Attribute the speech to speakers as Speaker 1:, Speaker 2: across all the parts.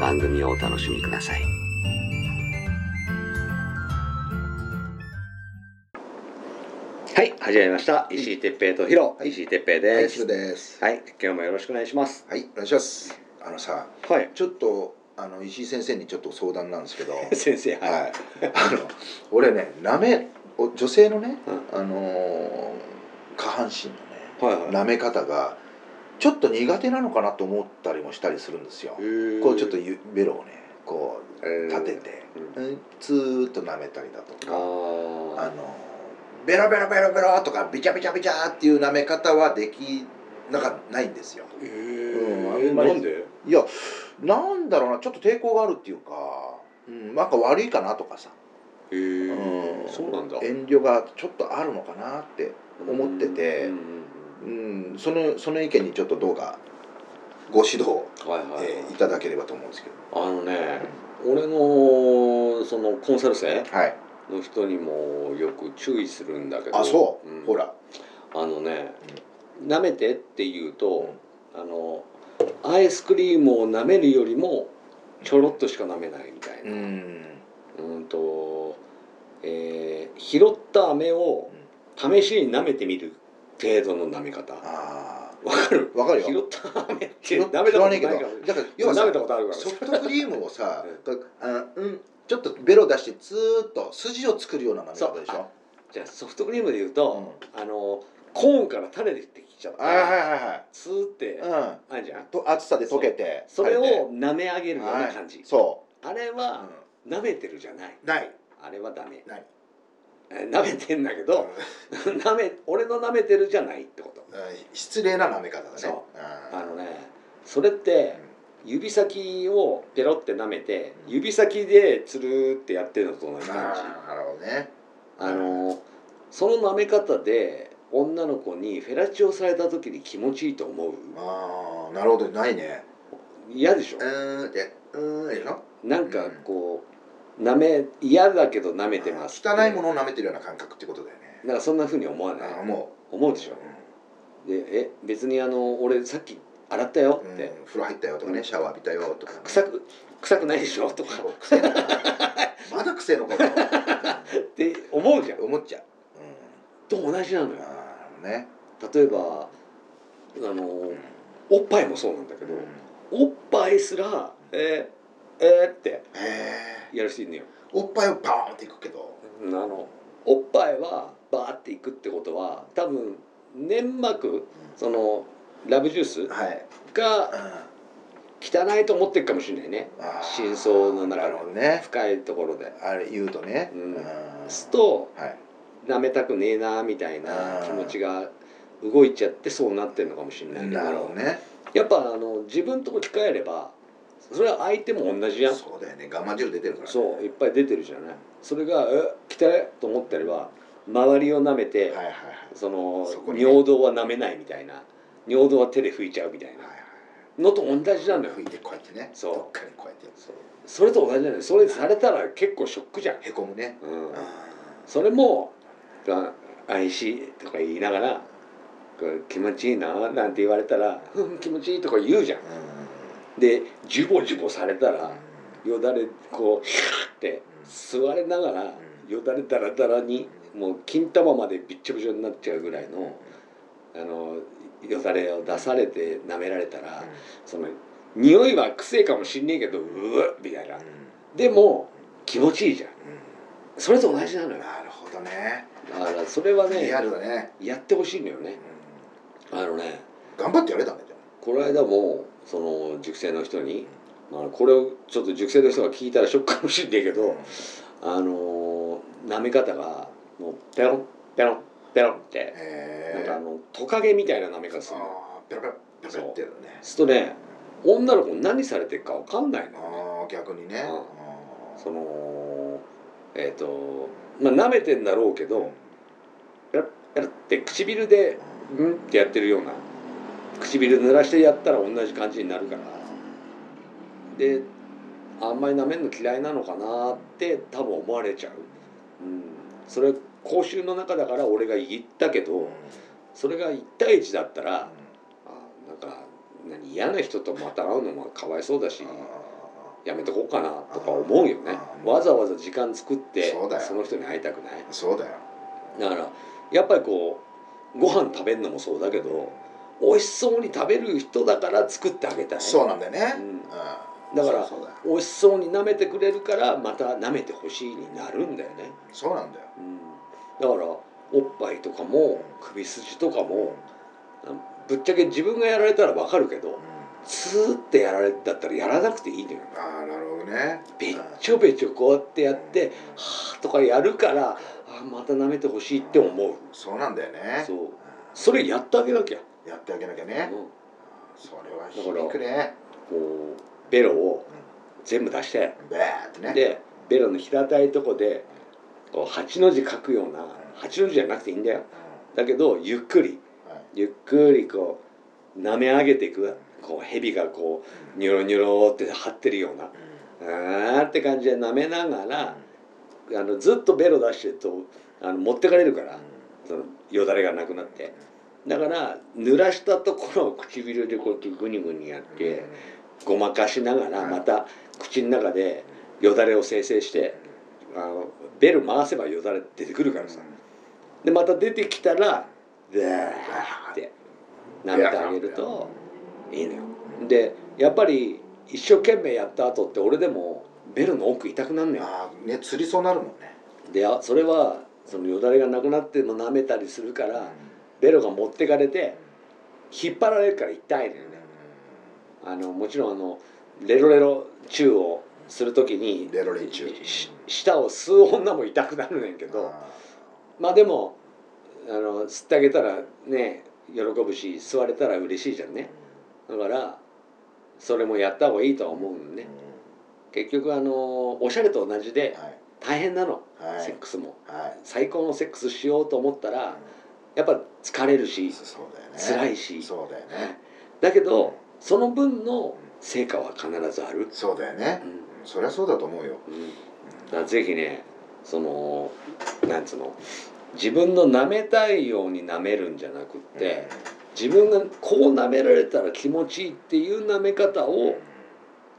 Speaker 1: 番組をお楽しみください。はい、始まりました。石井哲平とヒロ、
Speaker 2: はい
Speaker 1: 石井哲平
Speaker 2: は
Speaker 1: で
Speaker 2: い、シ
Speaker 1: す
Speaker 2: ュ。です。
Speaker 1: はい、今日もよろしくお願いします。
Speaker 2: はい、お願いします。あのさ、
Speaker 1: はい。
Speaker 2: ちょっとあの石井先生にちょっと相談なんですけど、は い、
Speaker 1: 先生、はい。
Speaker 2: あの俺ね、なめお女性のね、
Speaker 1: う
Speaker 2: あのー下半身のね、
Speaker 1: はいはい。
Speaker 2: なめ方がちょっと苦手なのかなと思ったりもしたりするんですよ。こ
Speaker 1: こ
Speaker 2: うちょっとゆベロをね、こう立てて、うんつーっと舐めたりだと
Speaker 1: あ
Speaker 2: か、あ
Speaker 1: ー
Speaker 2: のーベロベロベロベロとかビチャビチャビチャっていう舐め方はできなかないんですよ。
Speaker 1: え
Speaker 2: う
Speaker 1: ー
Speaker 2: んあんまり
Speaker 1: なんで
Speaker 2: いやなんだろうなちょっと抵抗があるっていうか、うん、なんか悪いかなとかさ、
Speaker 1: えー
Speaker 2: うん
Speaker 1: そうなんだ
Speaker 2: 遠慮がちょっとあるのかなって、思ってて
Speaker 1: うんうん
Speaker 2: うん、そのその意見にちょっとどうかご指導、
Speaker 1: うんはいはい、
Speaker 2: えーいただければと思うんですけど
Speaker 1: あのね俺のそのコンサル生
Speaker 2: はい
Speaker 1: の人にもよく注意するんだけど
Speaker 2: あそう、
Speaker 1: ん
Speaker 2: ほら
Speaker 1: あのね舐めてって言うと
Speaker 2: う、
Speaker 1: あのアイスクリームを舐めるよりもちょろっとしか舐めないみたいな、
Speaker 2: ん
Speaker 1: うんとえー拾った飴を試しに舐めてみる程度の舐め方わ
Speaker 2: あ
Speaker 1: かる
Speaker 2: あわかる
Speaker 1: 拾
Speaker 2: よ
Speaker 1: った飴って
Speaker 2: 知ら
Speaker 1: 舐めたことな
Speaker 2: ね
Speaker 1: い
Speaker 2: えけ
Speaker 1: か
Speaker 2: ど
Speaker 1: ら
Speaker 2: だから要は
Speaker 1: 舐
Speaker 2: さ
Speaker 1: めたことあるから
Speaker 2: ソフトクリームを さ
Speaker 1: うん
Speaker 2: こうあうんちょっとベロ出してツーッと筋を作るような舐め
Speaker 1: そう
Speaker 2: 方でしょ
Speaker 1: じゃあソフトクリームで言う
Speaker 2: う
Speaker 1: と、
Speaker 2: ん
Speaker 1: あのコーンから垂れてきちゃっ
Speaker 2: はいは
Speaker 1: た
Speaker 2: いは
Speaker 1: ツーって
Speaker 2: いはいうん
Speaker 1: あるじゃん
Speaker 2: と暑さで溶けて
Speaker 1: それ
Speaker 2: 晴
Speaker 1: を舐め上げ
Speaker 2: て
Speaker 1: るような感じ、
Speaker 2: はいそ
Speaker 1: あれ
Speaker 2: う、
Speaker 1: は舐めてるじゃない
Speaker 2: ない
Speaker 1: あれはダメ
Speaker 2: ない
Speaker 1: え舐めてんだけど舐め俺の舐めてるじゃないってこと
Speaker 2: 失礼な舐め方だね
Speaker 1: そ
Speaker 2: うん
Speaker 1: あのねそれって指先をペロって舐めて指先でつるってやってるのと同
Speaker 2: うん
Speaker 1: じ感じ
Speaker 2: なるほどね
Speaker 1: あのその舐め方で女の子にフェラチオされた時に気持ちいいと思う
Speaker 2: ああなるほどないね
Speaker 1: 嫌でしょ
Speaker 2: うーんってうーんでしょ
Speaker 1: なんかこう舐め嫌だけど舐めてます
Speaker 2: 汚いものを舐めてるような感覚ってことだよね
Speaker 1: なんかそんな風に思わない
Speaker 2: ああも
Speaker 1: 思う
Speaker 2: う
Speaker 1: でしょ
Speaker 2: う
Speaker 1: でえ別にあの俺さっき洗ったよ
Speaker 2: ん
Speaker 1: っ
Speaker 2: う
Speaker 1: て
Speaker 2: ん風呂入ったよとか
Speaker 1: う
Speaker 2: ね
Speaker 1: ん
Speaker 2: シャワー浴びたよとかね
Speaker 1: 臭く臭くないでしょとか
Speaker 2: そう臭いのかなまだ臭いのか と
Speaker 1: って思うじゃん
Speaker 2: 思っちゃう
Speaker 1: と同じなの
Speaker 2: うん
Speaker 1: よ
Speaker 2: ああね
Speaker 1: 例えばあのおっぱいもそうなんだけど
Speaker 2: うん
Speaker 1: おっぱいすらえー、えー、って
Speaker 2: へえ
Speaker 1: やる人いるのよ
Speaker 2: おっぱいをバーンっていくけど
Speaker 1: あのおっぱいはバーっていくってことは多分粘膜そのラブジュース
Speaker 2: はい、
Speaker 1: が
Speaker 2: う
Speaker 1: 汚いと思ってるかもしれないね
Speaker 2: ん、あー
Speaker 1: 真相の中
Speaker 2: な
Speaker 1: で
Speaker 2: るほどね
Speaker 1: 深いところで
Speaker 2: あれ言うとね、
Speaker 1: うんす
Speaker 2: は
Speaker 1: と
Speaker 2: い、
Speaker 1: 舐めたくねえなみたいな気持ちが動いちゃってそうなってるのかもしれないけど
Speaker 2: なるほどね
Speaker 1: やっぱあの自分と置き換えればそれは相手も同じやん
Speaker 2: そうだよねガマ汁出てるから、ね、
Speaker 1: そういっぱい出てるじゃないそれがえ汚いと思ってれば周りを舐めて、
Speaker 2: はいはいはい
Speaker 1: その
Speaker 2: そこに
Speaker 1: 尿道は舐めないみたいな尿道は手で拭いちゃうみたい
Speaker 2: は
Speaker 1: ないのと同じなのよ
Speaker 2: はい拭いてこうやってね
Speaker 1: そう
Speaker 2: どっかにこうやって
Speaker 1: そうそれと同じなのよそれされたら結構ショックじゃん、
Speaker 2: へこむね
Speaker 1: うん
Speaker 2: あ、
Speaker 1: それも「愛し」とか言いながらこう「気持ちいいな」なんて言われたら「うん気持ちいい」とか言うじゃん
Speaker 2: ーうん
Speaker 1: でジュボジュボされたらよだれこうヒュッて吸われながらよだれダラダラにもう金玉までびっちょびちょになっちゃうぐらいのあのよだれを出されて舐められたら、
Speaker 2: うん
Speaker 1: その匂いは臭いかもしんねえけどうわみたいなでも気持ちいいじゃんそれと同じなのよ
Speaker 2: なるほどね
Speaker 1: だからそれはね
Speaker 2: リアルだね
Speaker 1: やってほしいのよね
Speaker 2: うん
Speaker 1: あのね
Speaker 2: 頑張ってやれたねじゃ
Speaker 1: この間もその熟成の人に、まあ、これをちょっと熟成の人が聞いたらショックかもしんねえけ
Speaker 2: あ
Speaker 1: どあのー舐め方がもうペロンペロンペロンってなん
Speaker 2: へえ
Speaker 1: かあのトカゲみたいな舐め方するのよ
Speaker 2: あーペロペロペロペロってやるね
Speaker 1: するとね女の子何されてるか分かんないのよね
Speaker 2: ああ逆にね
Speaker 1: うん
Speaker 2: あー
Speaker 1: そのえっ、とまあ舐めてんだろうけどやって唇でうんってやってるような唇濡らしてやったら同じ感じになるからであんまり舐めるの嫌いなのかなって多分思われちゃう、うん、それ講習の中だから俺が言ったけ
Speaker 2: うん
Speaker 1: どそれが1対1だったら
Speaker 2: う
Speaker 1: あなんか何嫌な人とまた会うのもかわいそうだし
Speaker 2: ん
Speaker 1: やめとこうかなとか思うよね
Speaker 2: あー
Speaker 1: わざわざ時間作って
Speaker 2: そうだよ
Speaker 1: その人に会いたくない
Speaker 2: そうだよ
Speaker 1: だからやっぱりこうご飯食べるのもそうだけど美味しそうに食べる人だから作ってあげたい
Speaker 2: そうなんだよね
Speaker 1: うん
Speaker 2: うん
Speaker 1: だから
Speaker 2: そうそうだよ
Speaker 1: 美味しそうに舐めてくれるからまた舐めてほしいになるんだよね、
Speaker 2: そうなんだよ
Speaker 1: うん、だからおっぱいとかも首筋とかもぶっちゃけ自分がやられたらわかるけど
Speaker 2: うん
Speaker 1: スーってやられるんだったらやらなくていいのよ
Speaker 2: ああなるほどね
Speaker 1: べっちょべちょこうやってやって「はあ」とかやるからあまた舐めてほしいって思う
Speaker 2: そうなんだよね
Speaker 1: そうそれやってあげなきゃ、
Speaker 2: やってあげなきゃ
Speaker 1: う
Speaker 2: ね
Speaker 1: ん
Speaker 2: それは響くね
Speaker 1: こうベロを全部出して、
Speaker 2: ベーってね
Speaker 1: でベロの平たいとこでこう8の字書くような8の字じゃなくていいんだよだけどゆっくり
Speaker 2: うんはい
Speaker 1: ゆっくりこう舐め上げていくこう蛇がこうニョロニョロって張ってるようなあーって感じで舐めながらあのずっとベロ出してるとあの持ってかれるからそのよだれがなくなってだから濡らしたところを唇でこうやってグニグニやって。ごまかしながら
Speaker 2: はい
Speaker 1: また口の中でよだれを生成してあのベル回せばよだれ出てくるからさでまた出てきたらでーって舐めてあげるといいのよでやっぱり一生懸命やった後って俺でもベルの奥痛くなんのよ
Speaker 2: ああね釣りそうなるもんね
Speaker 1: であそれはそのよだれがなくなっても舐めたりするか
Speaker 2: う
Speaker 1: ら
Speaker 2: ん
Speaker 1: ベロが持ってかれて引っ張られるから痛いのよねあのもちろんあのレロレロチューをするときに
Speaker 2: レロレチュー
Speaker 1: し舌を吸う女も痛くなるねんけど
Speaker 2: あ
Speaker 1: まあでもあの吸ってあげたらね喜ぶし吸われたら嬉しいじゃんねだからそれもやった方がいいとは思うの
Speaker 2: ー
Speaker 1: ね結局あのおしゃれと同じで
Speaker 2: はい
Speaker 1: 大変なの、
Speaker 2: は
Speaker 1: セッ
Speaker 2: い
Speaker 1: クスも
Speaker 2: はい
Speaker 1: 最高のセックスしようと思ったらやっぱ疲れるし
Speaker 2: そうだよね
Speaker 1: 辛いし
Speaker 2: そうだよね
Speaker 1: だけどその分の成果は必ずある、
Speaker 2: そうだよね
Speaker 1: うん
Speaker 2: そりゃそうだと思うよ
Speaker 1: うんだからぜひねそのなんつうの自分の舐めたいように舐めるんじゃなくって自分がこう舐められたら気持ちいいっていう舐め方を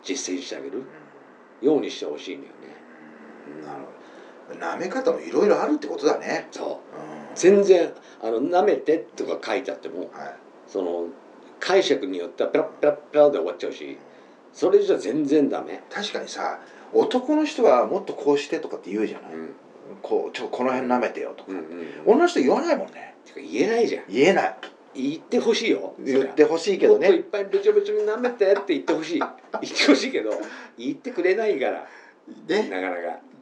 Speaker 1: 実践してあげるようにしてほしいんだよね。
Speaker 2: なるほど舐め方もいろいろあるってことだね
Speaker 1: そう
Speaker 2: うん
Speaker 1: 全然あの舐めてとか書いてあっても
Speaker 2: はい
Speaker 1: その解釈によってはペラッペラッペラで終わっちゃうしそれじゃ全然ダメ。
Speaker 2: 確かにさ男の人はもっとこうしてとかって言うじゃない、
Speaker 1: うん
Speaker 2: こうちょこの辺舐めてよとか、
Speaker 1: うんうん、
Speaker 2: 女の人言わないもんね
Speaker 1: てか言えないじゃん
Speaker 2: 言えない
Speaker 1: 言ってほしいよそりゃ
Speaker 2: 言ってほしいけ
Speaker 1: も
Speaker 2: ど
Speaker 1: っとい
Speaker 2: ね
Speaker 1: っぱいべちょべちょに舐めてって言ってほしい言ってほしいけど言ってくれないからな
Speaker 2: で
Speaker 1: かなか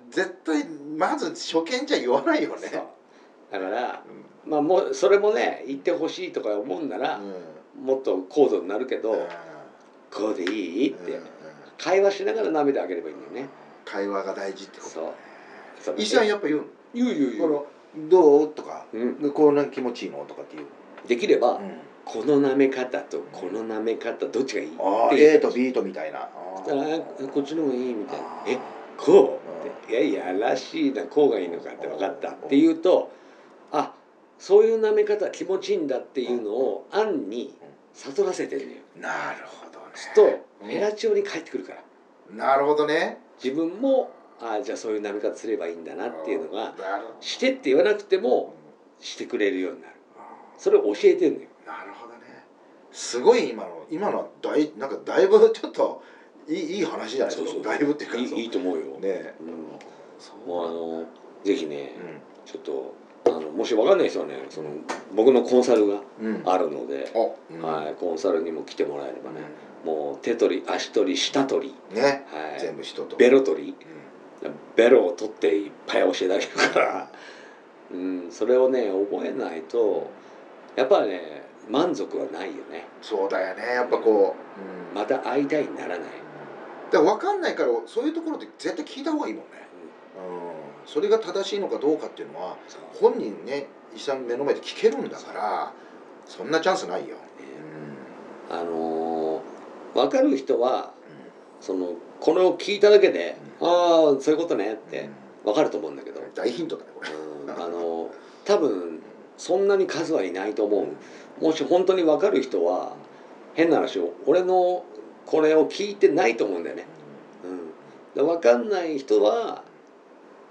Speaker 2: 絶対まず初見じゃ言わないよね
Speaker 1: そうだから
Speaker 2: うん
Speaker 1: まあもうそれもね言ってほしいとか思うんなら、もっと高度になるけど、
Speaker 2: うん
Speaker 1: こうでいいって、
Speaker 2: うん
Speaker 1: 会話しながら舐めてあげればいいんだよね、
Speaker 2: 会話が大事ってこと
Speaker 1: そうその
Speaker 2: 医者はやっぱ言う
Speaker 1: 言う言う言う
Speaker 2: のこのどうとか
Speaker 1: うん、
Speaker 2: でこうなんか気持ちいいのとかって言う、
Speaker 1: できれば、
Speaker 2: うん
Speaker 1: この舐め方とこの舐め方どっちがいい
Speaker 2: ああ
Speaker 1: って
Speaker 2: A と B とみたいなあ
Speaker 1: そしたらあこっちの方がいいみたいな
Speaker 2: あ
Speaker 1: え
Speaker 2: ー
Speaker 1: こうっていやいやらしいなこうがいいのかって分かったって言うとあそういう舐め方気持ちいいんだっていうのをアンに悟らせてるのよ
Speaker 2: なるほどね
Speaker 1: するとフェラチオに返ってくるから
Speaker 2: なるほどね
Speaker 1: 自分もあじゃあそういう舐め方すればいいんだなっていうのが
Speaker 2: なるほど
Speaker 1: してって言わなくてもしてくれるようになるそれを教えてるのよ
Speaker 2: なるほどねすごい今の今のはだいなんかだいぶちょっといいいい話じゃないで
Speaker 1: そ
Speaker 2: すか
Speaker 1: うそう
Speaker 2: だいぶっていうか
Speaker 1: いいいい
Speaker 2: い
Speaker 1: と思うよ、
Speaker 2: ねえ
Speaker 1: うん、
Speaker 2: そう
Speaker 1: もうあのぜひね、
Speaker 2: う
Speaker 1: ちょっとあのもし分かんない人はねその僕のコンサルが
Speaker 2: んうん
Speaker 1: あるので、
Speaker 2: あうん
Speaker 1: はい、コンサルにも来てもらえればね、
Speaker 2: う
Speaker 1: もう手取り足取り下取り、
Speaker 2: んね
Speaker 1: はい、
Speaker 2: 全部人と
Speaker 1: ベロ取り
Speaker 2: う
Speaker 1: ベロを取っていっぱい教えてあげるから、うん、それをね覚えないとやっぱね満足はないよね
Speaker 2: んそうだよねやっぱこううん
Speaker 1: また会いたいにならない
Speaker 2: だから分かんないからそういうところで絶対聞いた方がいいもんね、うん、それが正しいのかどうかっていうのは
Speaker 1: そ
Speaker 2: 本人ね医者の目の前で聞けるんだからそんなチャンスないよ、
Speaker 1: う
Speaker 2: う
Speaker 1: ね
Speaker 2: ん
Speaker 1: あのー分かる人はそのこれを聞いただけで「ああそういうことね」って分かると思うんだけど、
Speaker 2: 大ヒントだねこれ、
Speaker 1: うん、あのー多分そんなに数はいないと思うもし本当に分かる人は変な話を俺のこれを聞いてないと思うんだよねうん、で分かんない人は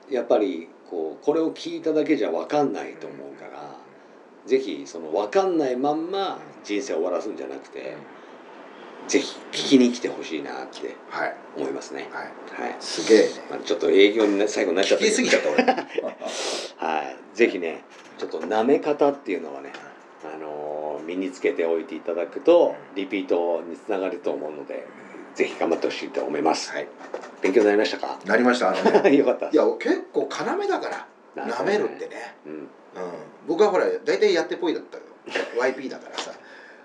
Speaker 1: やっぱりこうこれを聞いただけじゃ分かんないと思うからぜひその分かんないまんま人生を終わらすんじゃなくてぜひ聞きに来てほしいなって
Speaker 2: はい
Speaker 1: 思いますね。
Speaker 2: はい
Speaker 1: はい
Speaker 2: すげえね
Speaker 1: まあ、ちょっと営業にな最後になっちゃっ
Speaker 2: 聞
Speaker 1: た
Speaker 2: き
Speaker 1: け
Speaker 2: すぎ
Speaker 1: ど
Speaker 2: ち ゃった俺
Speaker 1: はい、ぜひねちょっと舐め方っていうのはね、あのー身につけておいていただくとリピートにつながると思うのでぜひ頑張ってほしいと思います。
Speaker 2: はい
Speaker 1: 勉強になりました か
Speaker 2: なりましたあのね
Speaker 1: よかった
Speaker 2: いや結構要 だから
Speaker 1: な
Speaker 2: なめるってね、
Speaker 1: うん、
Speaker 2: うん、僕はほら大体やってぽいだったよ YP だからさ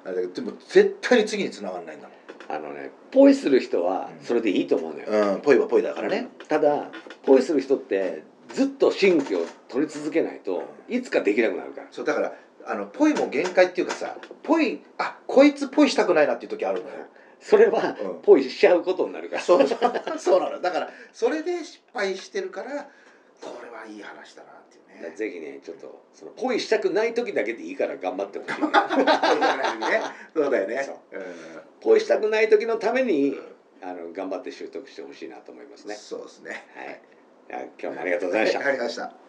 Speaker 2: あれだけどでも絶対に次に繋がんないんだもん
Speaker 1: あのねポイする人は
Speaker 2: うん
Speaker 1: それでいいと思うのよ、
Speaker 2: うん、ぽいはぽいだからね。
Speaker 1: ただポイする人ってずっと新規を取り続けないといつかできなくなるから
Speaker 2: そうだからあのぽいも限界っていうかさ、ぽいあこいつぽいしたくないなっていう時あるのよ。
Speaker 1: それは
Speaker 2: うん
Speaker 1: ポイしちゃうことになるから、
Speaker 2: そうそうそうなの。だからそれで失敗してるからこれはいい話だなっていうね。
Speaker 1: ぜひねちょっとそのポイしたくない時だけでいいから頑張ってほしい
Speaker 2: そうだよね
Speaker 1: そう。
Speaker 2: う
Speaker 1: ポイしたくない時のために
Speaker 2: ん
Speaker 1: あの頑張って習得してほしいなと思いますね
Speaker 2: そうですね。
Speaker 1: はいいや今日もありがとうございました
Speaker 2: ありがとうございました。